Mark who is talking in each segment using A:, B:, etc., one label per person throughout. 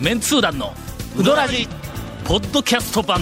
A: メンツー団のウドラジポッドキャスト版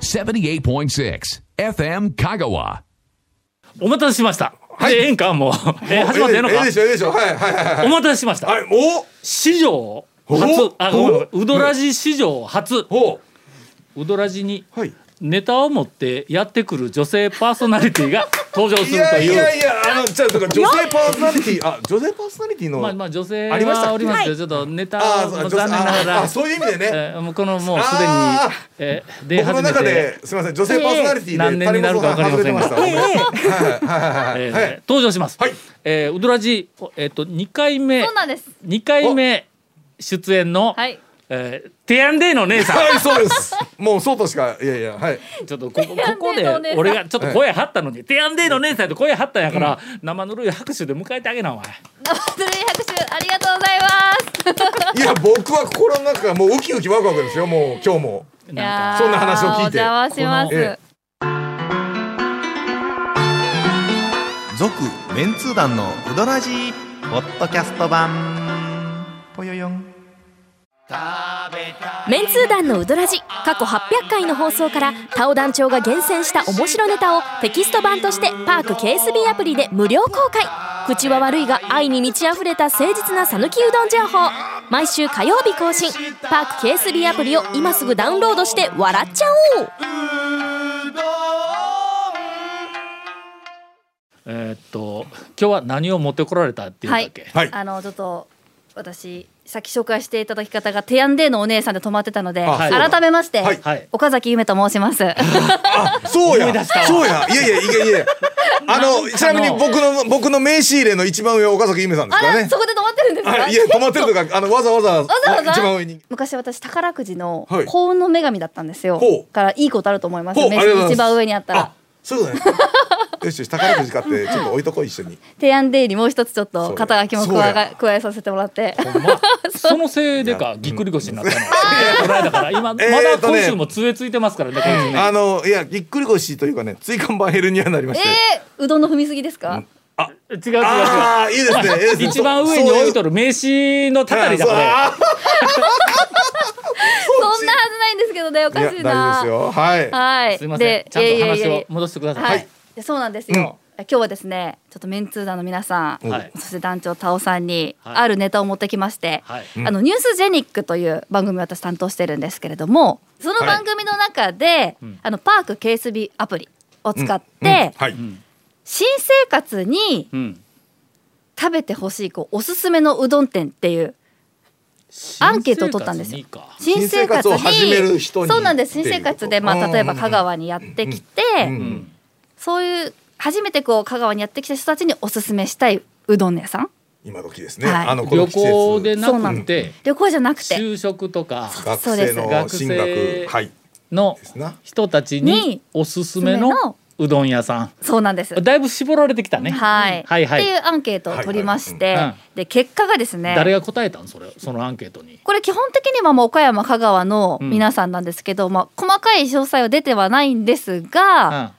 B: 78.6 FM Kagawa.
A: お待たせしました、
C: い
A: えええんかもう、え ー始まってええの
C: え
A: か、
C: えでしょ、ええでしょ。はいはいはいはい。
A: お待たせしました、
C: はい、お
A: 史上
C: お
A: 初あごめんごめん
C: お
A: ウドラジ史上初
C: ほ
A: ウドラジに
C: う。はい。
A: ネタを持ってやってくる女性パーソナリティが登場す
C: い
A: ると
C: や
A: いう
C: いやいや、あの、じゃあ、だから女性パーソナリテ ィ、あ、女性パーソナリティの。
A: まあまあ女性
C: ありました
A: はおりますけど、
D: はい
A: ちょっとネタ
C: あ
A: は
C: そう
A: まあ
C: 女性
A: 残念なが
C: あ
A: ら
C: あ、そういう意味でね。
A: えーもうこのもうすでに
C: あー、
A: えー、出
C: 僕の
A: 始め
C: 中
A: て、
C: で、すみません、女性パーソナリティで。
A: 何年になるかわかりませんが
C: 外れてました
A: えー登場します、
C: はい
A: えーウドラジ、えっと2回目
D: そうなんです。
A: 2回目出演の、
D: はい。
A: えーテヤンデイの姉さん
C: はい、そうです。もうそうとしか、いやいや、はい。
A: ちょっとここここ
D: テヤンデイのお姉
A: で俺
D: さん
A: がちょっと声張ったのに、テヤンデイの姉さんと声張ったんやから、生ぬるい拍手で迎えてあげなお前
D: 生ぬるい拍手ありがとうございます。
C: いや、僕は心の中がもうウキウキワクワクですよ、もう、今日も。
D: い
A: なん
D: や
A: か
D: ー
C: そんな話を聞いて
D: お邪魔しま
C: このえ
D: す。
E: 続メンツー団のウドラジーポッドキャスト版ぽよよん
F: メンツー団のウドラジ過去800回の放送からタオ団長が厳選した面白ネタをテキスト版としてパーク KSB アプリで無料公開口は悪いが愛に満ち溢れた誠実な讃岐うどん情報毎週火曜日更新パーク KSB アプリを今すぐダウンロードして笑っちゃおう
A: えーっと今日は何を持ってこられたっていうん
D: は
A: だっ
D: い
A: け、。
C: はい
D: あのちょっと私さっき紹介していただき方がテヤンデーのお姉さんで泊まってたので、
C: あはい
D: 改めまして、
C: はい
A: はい
D: 岡崎ゆめと申します。
C: あ、そうや。そうや。いやいや、いやいや。あの、ちなみに、僕の、僕の名刺入れの一番上は岡崎ゆめさんです
D: あ
C: から
D: ら、
C: ね
D: そ。こで泊まってるんですか。
C: はい、いや、止まってるとか、あの、わざわざ。わ
D: ざわざ
C: 一番上に。
D: 昔私宝くじの
C: はい
D: 幸運の女神だったんですよ、
C: ほう
D: からいいことあると思います
C: ほう
D: め
C: ありがとうございます
D: 一番上にあったら
C: あ、そう だね。よしよし、宝くじ買って、ちょっと置いとこう、一緒に。
D: 提案デイにもう一つちょっ
C: そ
D: と
C: う
D: 肩書きも加
C: そうや
D: え加えさせてもらって
A: ほんまそのせいでかぎっくり腰になったの。この間から今まだ
C: えーっとね
A: 今週も杖ついてますからね。こいつね
C: あの、いや、ぎっくり腰というかね、椎間板ヘルニアになりま
D: え
C: して。
D: ー、うどんの踏みすぎですか、
A: 違う違う
C: ああ、いいですねいい
A: 違
C: です
A: う。
C: ね。
A: 一番上に置いと
C: る。
A: る名刺のたたりだ
C: そう
A: これ。
C: あ
D: そんなはずないんですけどねお
C: ーい
D: か
C: や
D: しい
C: 大
D: な
C: 丈夫ですよ。はい。
D: はい
A: すいません。ちゃんと
D: いやい
A: 話
D: やいや
A: を戻してください。
D: はい、でそうなんですよ、今日はですねちょっとメンツー団の皆さん、
A: はい
D: そして団長タオさんに
A: はい
D: あるネタを持ってきまして、
A: はい
D: あのニュースジェニックという番組を私担当してるんですけれどもその番組の中で、
A: ん
D: あのパーク KSB アプリを使って、
C: はい。
D: 新生活に
A: うん。
D: 食べてほしいこうおすすめのうどん店っていうアンケートを取ったんですよ
A: 新生活にか
D: 新生活に
C: 新生活を始める人に
D: そうなんです新生活で、ま
C: っていう
D: あ、
C: こと
D: 例えば香川にやってきて、
C: うん
D: そういう初めてこう香川にやってきた人たちにおすすめしたいうどん屋さん
C: 今時ですね。
D: はい
C: あの、この
A: 旅
C: 季節
A: 行でな
D: そうな
A: く
D: の
A: て
D: 旅行じゃなくて
A: 就職とか
C: 学生の進
A: そうで
C: 学
A: す
C: はい
A: の
C: ですな。
A: 人たちに
D: に
A: おすすめの
D: の
A: うどん屋さ
D: そうなんです、
A: ん。だいぶ絞られてきたね。
D: はい、
A: はいはい
D: っていうアンケートを取りまして、
A: はいはいうん
D: で結果がですね
A: 誰が答えたんそれそのアンケートに。
D: これ基本的にはもう岡山香川の皆さんなんですけど、まあ、細かい詳細は出てはないんです
A: う
D: が、
A: ん。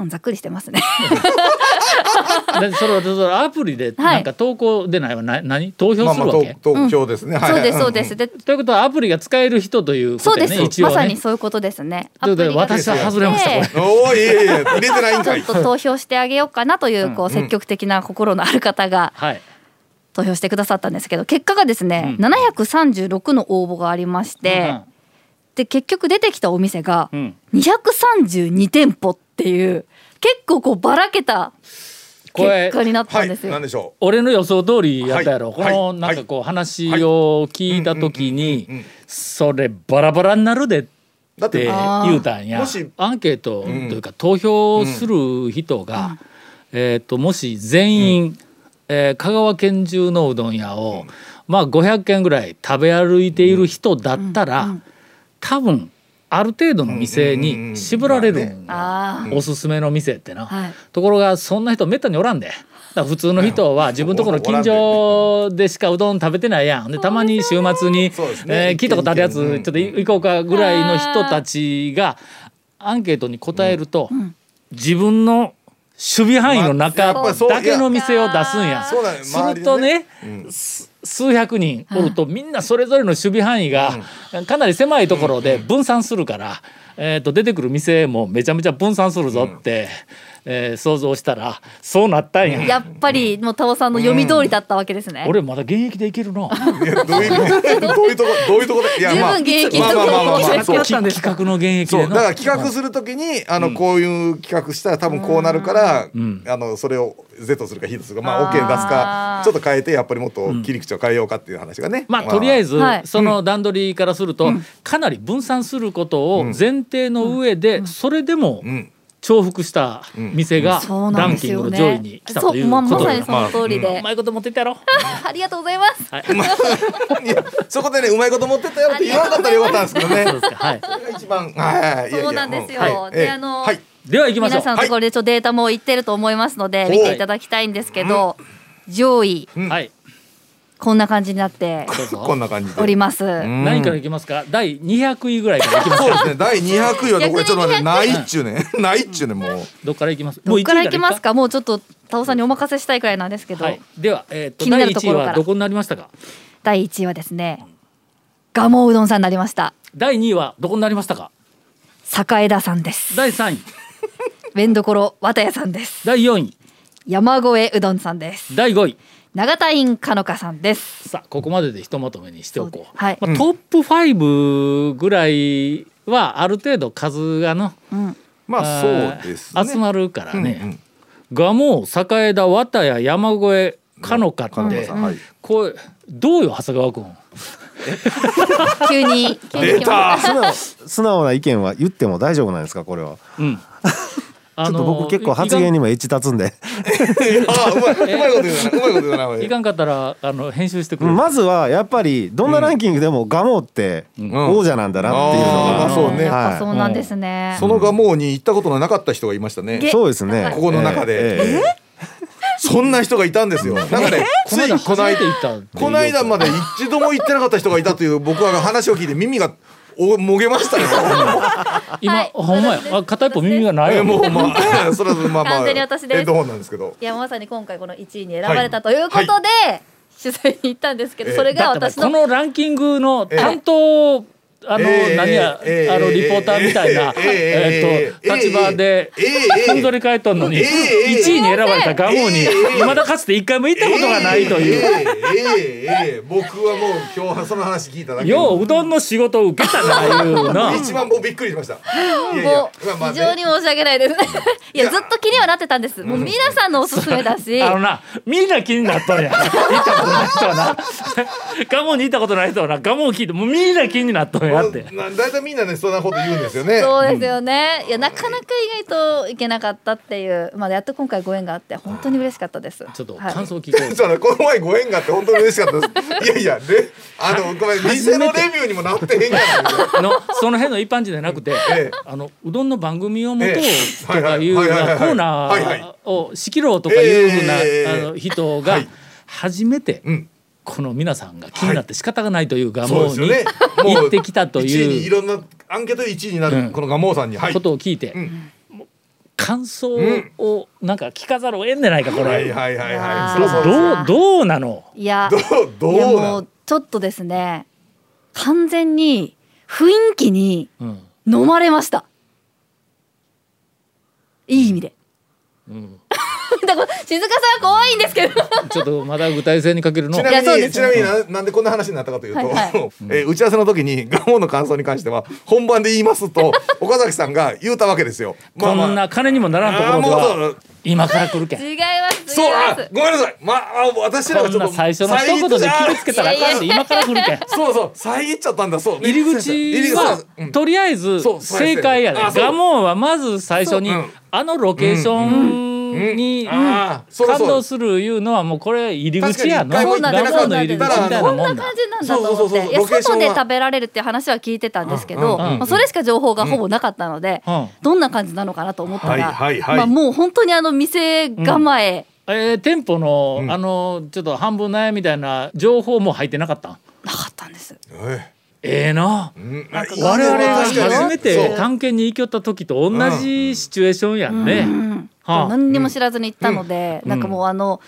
D: うん、ざっくりしてますね。
A: でそれそれアプリで
D: はい
A: なんか投稿でないわ、な何投票
C: まあ
A: する
C: まあ
A: わけ、
C: 東東京ですね。はい
D: そうですそうです。で
A: ということはアプリが使える人というこ
D: そ
A: と
D: うで、
A: ですね一応
D: ま
A: ね。
D: さにそういうことですね。
A: ということで
D: アプリが
A: 私は外れましたこれ。
C: うんうんおーいやいや入れてないん
D: ち
C: か
D: ょ
C: い
D: っ。と投票してあげようかなというこう積極的な心のある方が
A: はい。
D: 投票してくださったんですけど結果がですね、
A: う
D: 736の応募がありまして、で結局出てきたお店が
A: うん、うん
D: 232店舗っていう結構こうばらけた
A: これ
D: 結果になった
C: は
D: んで
C: い。
D: すよ。
C: なんでしょ
A: 俺の予想通りやったやろ、
C: はい
A: この
C: はい
A: なんかこう話を聞いた時
C: うんうんうん
A: に
C: うん
A: それバラバラになるでっ
C: う。だってて
D: あー
A: 言うたんや
C: もし
A: アンケートというか投票する人が、えー、ともし全員、えー香川県中のうどん屋を、まあ、500軒ぐらい食べ歩いている人だったら、多分ある程度の店
C: うんうんう
A: に
C: ん
A: 絞られるんよ
D: あー
A: おすすめの店ってな、
D: はい
A: ところがそんな人めったにおらんでだから普通の人は自分とこの近所でしかうどん食べてないやんでたまに週末に、
C: そうですね
A: えー聞いたことあるやつち
C: うん
A: ょっと行こうかぐらいの人たちがアンケートに答えると、自分の守備範囲の中
C: まあやっぱそう
A: だけの店を出すんや
C: そうだね
A: するとね
C: 周りでねうん
A: す数百人おるとみんなそれぞれの守備範囲がかなり狭いところで分散するから、えー、と出てくる店もめちゃめちゃ分散するぞって、えー想像したらそうなったんや。
D: やっぱりもうタオさんの読み通りだったわけですね。
A: 俺まだ現役でいけるな。
C: いや どういうどういうとこどういうとこでいや
D: 十
C: まあ
D: 分現役
C: まあまあまあまあまあ
A: き企画の現役
C: そ
A: で
C: う
A: な
C: だから企画するときにあのこういう企画したら多分こうなるから、あのそれを是とするか非とするかまあ
D: あ
C: OK
D: ー
C: 出すかちょっと変えてやっぱりもっと切り口を変えようかっていう話がね、
A: まあ、とりあえず、
D: はい
A: その段取りからすると、かなり分散することを前提の上で、それでも
C: うん
A: 重複した店が
D: そうな
A: ラ
D: ん
A: ン
D: です
A: キン
D: よ
A: グの
D: ね。
A: 上位に来たという
D: そうまあ
A: こ
D: ま
A: と
D: さ
A: で
D: にその通りで
A: う。まいこと持ってったやろ、
D: ありがとうございます。
A: はい、
C: いやそこでねうまいこと持ってったよって言わなかったらよかったんですけどね
A: そうですかはい
C: そ れが一番はいはいはいいやいや
D: そうなんですよ
C: はい
D: で
C: ええ
D: あの
C: はい
A: では行きましょ
D: 皆
A: う
D: さんのところでちょっとデータもいってると思いますので、
C: はい
D: 見ていただきたいんですけど、上位
C: うん
A: はい
D: こんな感じになって
A: どうぞ
C: こんな感じで
D: おります。
C: うん
A: 何からいきますか第200位ぐらい からいきます
C: そうですね第200位はどこれちょっと待って
D: 逆
C: ないっちゅうね ないっちゅうねもう
A: どっからいきます
D: どっからいきます
A: か
D: か。もうちょっとタオさんにお任せしたいくらいなんですけど、
A: はい、では、えー、と
D: 気にな
A: 第
D: ると
A: 1
D: こ
A: 位
D: ろから
A: はどこになりましたか
D: 第一位はですね、ガモうどんさんになりました。
A: 第2位はどこになりましたか
D: 栄田さんです。
A: 第3位
D: 麺どころ綿屋さんです。
A: 第4位
D: 山越えうどんさんです。
A: 第5位
D: 永田院かのかさんです。
A: さあここまででひとまとめにしておこう
D: そうはい
A: まあ、トップ5ぐらいはある程度数がの、
D: うん。
C: まあそうですね
A: 集まるからね、
C: うんうん
A: 蒲生栄田綿谷山越えかのか
C: カ
A: っ
C: ノカ
A: て、
C: さんはい
A: こうどうよ長谷川君
D: 急に 急に
C: 出
D: 来ま
C: た
D: し
G: 素直素直な意見は言っても大丈夫なんですかこれは
A: うん
G: ちょ
A: あ
G: っ
A: の
G: と僕結構発言にもエッジ立つんで
C: あうまいうまいこと言うなうまいこと言うなお
A: いかんい
C: い
A: かんかったらあの編集してくれる、
G: まずはやっぱりどんなランキングでもガモって王者なんだなってい
C: う
G: うの
C: んあーまあ
G: が
C: そうね
D: た。あ、そ
G: は
D: うなんですね。
C: そのがもうに行ったことのなかった人がいましたね
G: い、そうですね
C: ここの中で
G: ええええ
C: そんな人がいたんですよ。なんかね、
A: こ
C: つ
A: の間
C: いこ
A: 初
C: の
A: めて行
C: 間
A: ったっていう
C: この間まで一度も行ってなかった人がいたという僕は話を聞いて耳がおもげましたよ。
A: 今、
D: はい
A: ほんまやあ片一方耳がない
C: え
A: よ
C: もうま あそれはまあまあ
D: 完全に私です
C: ヘッドホンなんですけど。
D: いやまさに今回この1位に選ばれたということで、取材に行ったんですけど、
C: ええ
D: それが
A: だって
D: 私
A: この
D: の
A: ランキングの担当、あの、
C: えー
A: 何や、
C: えー
A: あのリポーターみたいな、
C: えーえ
A: え
C: ーえ
A: っと
C: ー
A: 立場で
C: えーえー
A: ふんぞり返っとんのに、
C: えーえー
A: 1位に選ばれたガモに、
C: えー
A: 未だかつて一回も行ったことがないという、
C: ええええええ僕はもう今日その話聞いただけで。
A: よううどんの仕事を受けたないうな
C: 一番もうびっくりしました。いやいや
D: も
C: まあまあ
D: う非
C: ね
D: 常に申し 訳ないですねいやずっと気にはなってたんですもう皆さんのおすすめだし
A: あのなみんな気になっとんや行ったことない人はなガモに行ったことない人はなガモを聞いてもうみんな気になっとんやって。
C: な大体みんなねそんなこと言うんですよね。
D: そうですよね、いやなかなか意外といけなかったっていうまあやっと今回ご縁があって本当に嬉しかったです
A: ちょっと
D: はい
A: 感想聞こう。
C: そのこの前ご縁があって本当に嬉しかったです。いやいや、で、あの、ごめん、店のレビューにもなってへんやん。
A: のその辺の一般人じゃなくて、
C: ええ
A: あのうどんの番組を持とう
C: ええ
A: とかいうよう
C: はいはいはいは
A: ないコーナ
C: はいはい
A: ーを仕切ろうとかいうふうな、
C: ええ
A: あの人が
C: はい
A: 初めて、
C: うん
A: この皆さんが気になって仕方がないという願
C: そうで
A: 望
C: す
A: に
C: よね。
A: 行ってきたと
C: 1位にい
A: いう
C: ろんなアンケートで1位になる、
A: うん
C: このガモーさんに。はい。
A: ことを聞いて、
C: ん
A: もう感想をなんか聞かざるを得んでないかこれ、
C: はいはいはいはい。そ
D: い
C: り
D: や
C: ゃそう
A: どうどうなの
D: いや
C: どう
D: いや
C: どうな
D: も
C: ん
D: うちょっとですね完全に雰囲気に
A: うん
D: 飲まれましたいい意味で、 だから静香さん怖いんですけど
A: ちょっとまだ具体性に欠けるの
C: ちない
D: やそう
C: み
D: で
C: に、
D: す
C: ち
D: よ
C: な
D: ね
C: みにななんでこんな話になったかというと、
D: はい はい
C: えー打ち合わせの時に ガモーの感想に関しては本番で言いますと岡崎さんが言うたわけですよ。
A: こんな金にもならんところで
C: あーもう
A: は今から来るけん。
D: 違います違
C: そう
D: いま
C: あ
D: す
C: ごめんなさいまああ私ら
A: こ
C: が
A: ん
C: ちょっ
A: な
C: と
A: 最初の一言で決めつけたらあかんで今から来るけん。
C: そうそう遮っちゃったんだそうね
A: 入り口は
C: うん
A: とりあえず
C: そうそう
A: 正解やで
C: あそう
A: ガモンはまず最初に
C: そううん
A: あのロケーションに
C: うんあーそうそう
A: 感動するいうのはもうこれ入り口やのガモ
C: 確
A: ン
C: か
A: の
C: に一回も行ってなか
A: 入り口みた
C: った
A: いなもんだ
D: 感じなんだと思って
C: そうそうそうそう
D: いや
C: ロケーション
D: 外
C: は
D: で食べられるっていう話は聞いてたんですけど、
C: うんうんうん
D: まあ、それしか情報がほぼなかったので、
A: うんうん
D: どんな感じなのかなと思ったら、
C: はいはいはい
D: まあ、もう本当にあの店構え、
A: えー店舗のあのちょっと半分悩みたいな情報も入ってなかったん
D: なかったんです
C: え
A: ええな
C: えうん
D: なんか
C: いいね
A: 我々が
C: 確かにね
A: 初め
C: そう
A: て探検に行きよった時と同じシチュエーションやんね
D: うん
A: はあ
D: 何にも知らずに行ったので、なんかもうあの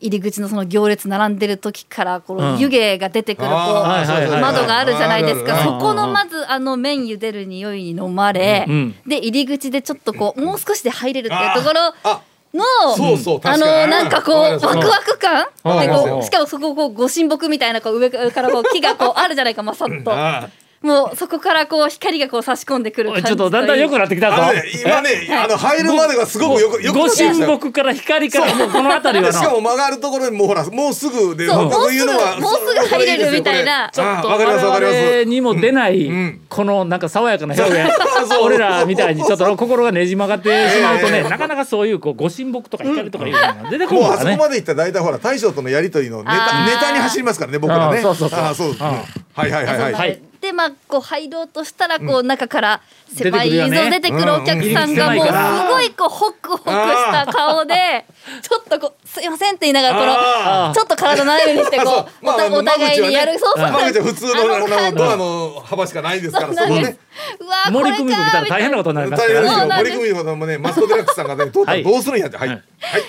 D: 入り口のその行列並んでる時からこの湯気が出てくるこう
C: あ
A: ーはいはいはい
D: 窓があるじゃないです
C: あ
D: か
C: るあ
A: る
D: そこのまずあの麺茹でる匂いに飲まれ
A: うん
D: で入り口でちょっとこうもう少しで入れるっていうところ
C: あ
D: の
C: そうそう
D: あ
C: 確
D: の
C: かに
D: なんかこう
C: わ
D: ワ
C: りま
D: ク
C: す
D: ワク感
C: うん
D: で
C: う
D: こ
C: ん
D: うしかもそここうご神木みたいなこう上からこう木がこうあるじゃないかまあさっと
C: あ
D: もうそこからこう光がこう差し込んでくる
A: お
D: 感
A: い
D: じ
A: ちょっとだんだん良くなってきた
C: あの
A: ぞ
C: ね今ねあの入るまでがすごくよくよくな
A: ご
C: ってま
A: 神
C: したよ
A: 木から光からもうこの辺りは
C: で
A: の
C: しかも曲がるところにもうほらもうすぐで
D: そう
C: 僕言うのは
D: もうすぐもうすぐ入れるみたいな
C: ち
A: ち
C: ょ
A: ょ
C: っ
A: っ
C: と
A: と
C: わかりますわかり
A: 我
C: ま
A: 々にも出ない、
C: ん
A: このなんか爽やかな表現
C: そうそう
A: 俺らみたいにちょっと心がねじ曲がってしまうとね、
C: ええ
A: なかなかそういうこうご神木とか光とかいうのが出て
C: す
A: こ
C: もう
A: ないか
C: あ
A: ら
C: そ
A: ね
C: こまで行ったら大体ほら大将とのやりとりのネタ
D: あー
C: ネタに走りますからね僕らね
A: あーそうそうそう
C: あーそうはいはい
D: あそう
C: はいは
D: なん
C: い
A: はい
D: ででまあこう入ろうとしたらこう中から
A: 出て
D: 狭
A: く
D: い
A: る
D: ぞ
A: よね
D: 出てくるお客さんが
A: うん
D: も
A: 入り口狭い
D: う
A: か
D: す
A: ら
D: ごいこうホクホクした顔でちょっとこう「すいません」って言いながらこ
C: あ
D: のちょっと体斜めにして
C: あ
D: こうおたお互いにやるそうそう
C: まあ、間口は普通の
D: あの
C: あ
D: 感
C: の
D: じ
C: ドアの幅しかないですからそ
D: そう
C: こ
D: な
C: ね
D: んでうわーこれ
A: 森
D: か
A: 組みと来たら大変なことにな
C: 大
A: り
C: 変
A: ますからね
C: ですよ
D: そうなんで
C: 森
D: す
C: 久美子さんもねマスコ・デラックスさんがね通ったらどうするんやってはいはい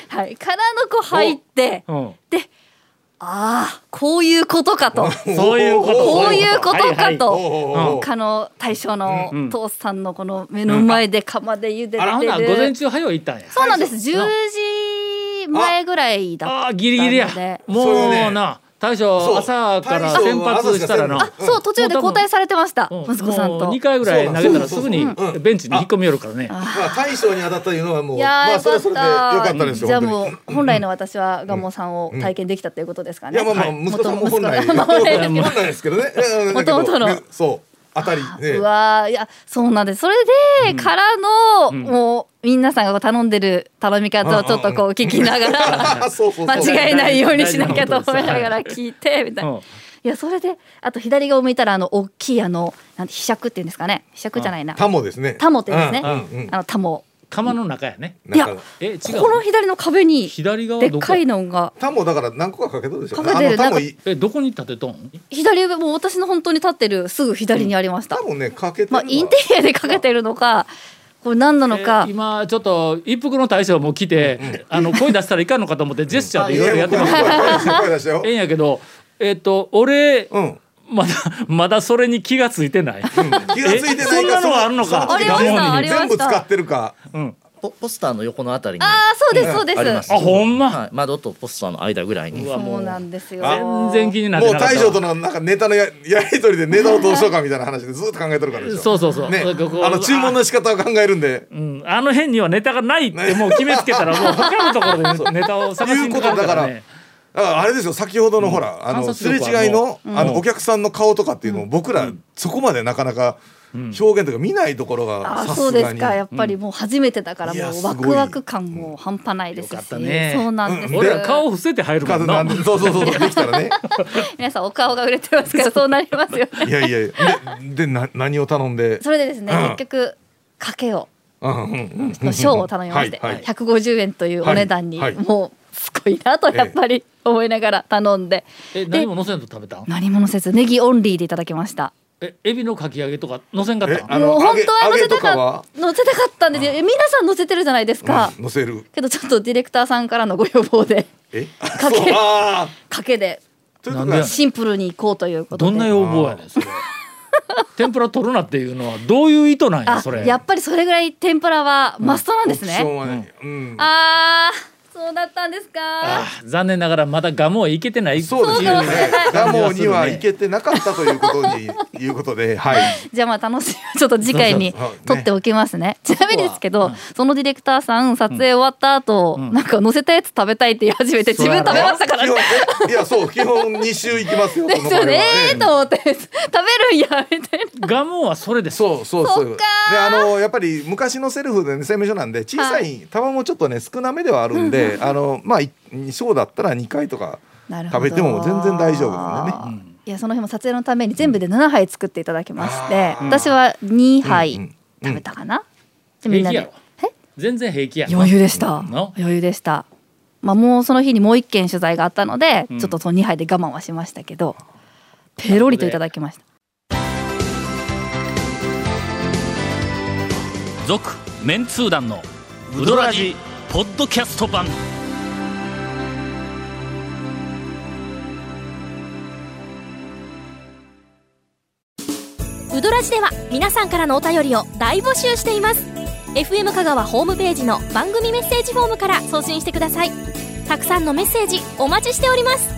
D: はいからのこう入って
A: うん
D: でああこういうこと かと
A: そういうこと
D: こういうこと
A: は
D: か
A: いはい
C: おうおうおう
D: と他の大将のお父さんのこの目の前で釜で茹でて
A: あらほんなら午前
D: る
A: 中早う行ったんや
D: そうなんです。十時前ぐらいだったので。
A: あーギリギリやも
C: そう
A: う
C: ね
A: な大
C: そう
A: 将朝から
C: 大
A: 先
C: 将は朝
A: 発
C: し
A: し
C: か
A: たらの
C: 先
D: あ、そう途中で交代されれてました。息子さんと。
A: 2回ぐらい投げたらすぐに
C: そうそうそううん
A: ベンチに引っ込みよるからね
C: まあ大将に当たったというのはもう
D: いやー
C: まあ
D: よ
C: そ
D: か
C: れは
D: っ
C: それでよかった
D: た。
C: ですよ
D: じゃあ
C: 本当に
D: もう本来の私はガモさんを体験できたということですか
C: い
D: ね。
C: やまあまあ
D: はい
C: 息子さんも本来
D: 元々
C: 本
D: 息子
C: 来
D: さんの
C: ですけどねうん
D: 元
C: だけ
D: 々の
C: どねそう当たりね
D: うわーいやそうなんですそれでからの、もう皆さんがこう頼んでる頼み方をちょっとこう聞きながら
C: あ そうそうそう
D: 間違えないようにしなきゃと思いながら聞いてみたい
A: うん
D: な。いやそれであと左側を向いたらあの大きいあのなんて柄杓っていうんですかね柄杓じゃないな
C: タモですね
D: タモっていうんですね、
C: うんうんうん
D: あのタモ
A: 釜の中やね
D: いや
C: なんか
A: え違う
D: ここの左の壁に
A: 左側
D: でっ
A: どこ
D: かいのが
C: タモだから何個かかけとるでしょ
D: かけてる
C: あのタモ
D: なん
C: い
A: えどこに立てとん
D: 左上もう私の本当に立ってるすぐ左にありました、
C: 多分ねかけてるの
D: まあ
C: は
D: インテリアでかけてるのかこれ何なのか、
A: えー今ちょっと一服の大将も来て、あの声出したらいかんのかと思ってジェスチャーでいろいろやってますけど
C: 声出したよ
A: ええんやけどえっ、と俺、
C: うん
A: まだまだそれに気がついてない、
C: 気がついてない
A: えそんなのはあるのか
C: そ時
D: ありました
C: ガモに
D: ありました
C: 全部使ってるか
H: ポポスターの横のあたりに
D: ああそうですそうです、
H: あります
A: あほんま
H: はい、窓とポスターの間ぐらいに
A: うわも
D: そう
A: う
D: なんですよ。
A: 全然気になって
C: もう
A: なかった
C: 大将とのなんかネタのややりとりでネタをどうしようかみたいな話でずっと考えてるからでしょ
A: そうそうそう
C: ね
A: だからこう
C: あの注文の仕方を考えるんで
A: うん、あの辺にはネタがないってもう決めつけたらもう他のところでネタを探し
C: いう
A: に
C: こ
A: か
C: と
A: か
C: だ
A: る
C: か
A: からら
C: だ
A: ね
C: からあれですよ先ほどのほらあ
A: 観
C: のすれ
A: 察力は
C: 違いの
A: も
C: あのお客さんの顔とかっていうのを僕らそこまでなかなか表現とか見ないところ
D: あ
C: が
D: ー
C: さ
D: そう
C: す
D: で
C: が
D: す
C: に
D: かやっぱりもう初めてだから
C: いや
D: もう
C: すごい
D: ワクワク感も半端ないですし、
A: よかったね
D: そうなんです、
A: 俺ら顔を伏せて入るも
C: 数
A: んな
C: な
A: ん
C: でそうそうそうそうできた らね
D: 皆さんお顔が売れてま すからそうなりますよね
C: いやいやででな何を頼んで
D: それでですね、
C: うん
D: 結局賭けを
C: うんうんうん
D: の賞を頼みまして、
C: はいはい
D: 150円というお値段に、
C: はいはい
D: もうすごいなとやっぱり思いながら頼んで、
A: え何も乗せんと食べたん
D: 何ものせずネギオンリーでいただきました
A: えエビのかき揚げとか乗せんかったん
C: えあの
D: もう本当は
C: 揚
D: 乗
C: げ
D: せた
C: 揚げとかは
D: か乗せたかったんですよえ皆さん乗せてるじゃないですか、
C: 乗せる
D: けどちょっとディレクターさんからのご要望で
C: え
D: かけ
C: そうあ
D: 賭けで
C: ーという
A: な
C: こと
A: んでや
C: が
A: ねん
D: シンプルに行こうということ
A: ど
D: で。
A: んな要望やねん それ天ぷら取るなっていうのはどういう意図なんや
D: あ
A: それ
D: やっぱりそれぐらい天ぷらはマストなんです
C: オプション
D: ね。
C: はねうん
D: あーそうだったんですか。
A: あ残念ながらまだガモへ行けてない
C: そうです
D: そう
C: よ
D: かもしれ
C: ね
D: ない。
C: ガモには行けてなかったということに、いうことで、はい。
D: じゃあまあ楽しみちょっと次回に
C: そうそうそうね
D: 撮っておきますね。ちなみにですけど、そのディレクターさん撮影終わった後、
A: ん
D: なんか乗せたやつ食べたいって言い始めて自分食べましたから
C: 基
D: ね。
C: 本、いや、そう、基本二週行きます よ。
D: です
C: この場
D: よ
C: 合は
D: ねーと思って 食べるんやみたいな。
A: ガモはそれです
C: そうそうそう
D: そっ
C: で
D: か
C: あのやっぱり昔のセルフでね製麺所なんで小さ
D: はい
C: 玉もちょっとね少なめではあるんであのまあいそうだったら2回とか
D: なるほ
C: 食べ
D: ど
C: ても全然大丈夫ですね
D: いやその日も撮影のために全部で7杯作っていただきまして、私は2杯
C: うんうん
D: 食べたかな、じゃあみん
A: 平
D: な
A: 気や
D: で
A: ろ全然平気や
D: 余裕でした
A: な
D: 余裕でしたまあもうその日にもう一件取材があったので、
A: うん
D: ちょっとその2杯で我慢はしましたけどペロリといただきました
A: 続メンツー団のウドラジポッドキャスト版
F: ドラジでは皆さんからのお便りを大募集しています FM 香川ホームページの番組メッセージフォームから送信してくださいたくさんのメッセージお待ちしております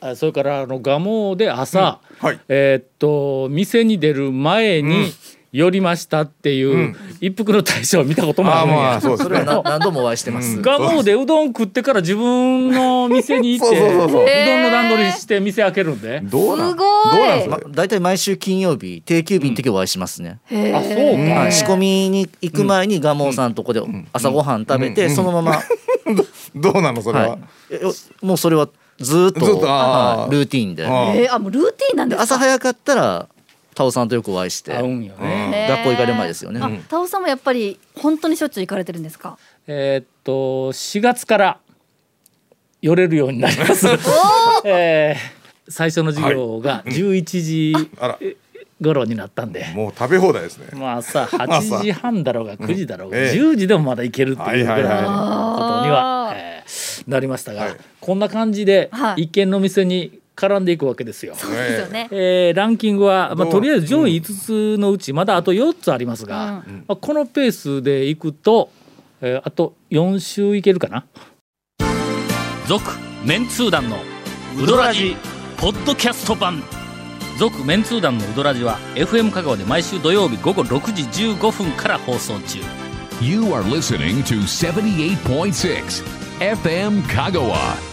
A: あそれからあの蒲生で朝、
C: はい
A: えーっと店に出る前に寄りましたっていう、一服の大将を見たこともあ
C: ああ
A: るん
C: まあ
A: や。
C: そうです
H: それは
C: ね
H: な何度もお会いしてます、
C: うん
A: 蒲生でうどん食ってから自分の店に行って
C: そうそう
A: う
C: そ
A: ど
C: うんそう
A: の段取りして店開けるんで。
C: どうなん
D: すごい
C: どうなんす
H: ま
C: か
H: 大体毎週金曜日定休日の時はお会いしますね、
D: へー
A: あそうか
H: はい、仕込みに行く前に蒲生さんとこで朝ごはん食べて、そのまま、
C: どうなのそれは、
H: はいえ、もうそれはずーっと
C: ずーっとあー
H: はいルーティーンで
C: あ
D: えー、あもうルーティンなんで
H: です
D: か
H: 朝早かったらタオさんとよくお会いして
A: 合うんよね。
D: へー
H: 学校行かれる前ですよね
D: あタオさんもやっぱり本当にしょっちゅう行かれてるんですか
A: えーっと4月から寄れるようになります。 えー最初の授業が11時
C: あら
A: 頃になったんで、
C: もう食べ放題ですね
A: まあさ8時半だろうが9時だろうが、
C: ええ
A: 10時でもまだ行けるっていうぐらいの
C: はいはいは
A: こ
C: い
A: とには、
D: あー
A: えーなりましたが、
C: はい
A: こんな感じで
D: はい
A: 一軒の店に絡んでいくわけですよ。
D: そうですよね、
A: えーランキングは、まあ、
C: どう
A: とりあえず上位5つのうちまだあと4つありますが、
D: う
A: まあ、このペースでいくと、えーあと4週いけるかな。続メンツー団のウドラジポッドキャスト版続メンツー団のウドラジは FM 香川で毎週土曜日午後6時15分から放送中
B: You are listening to 78.6 FM Kagawa.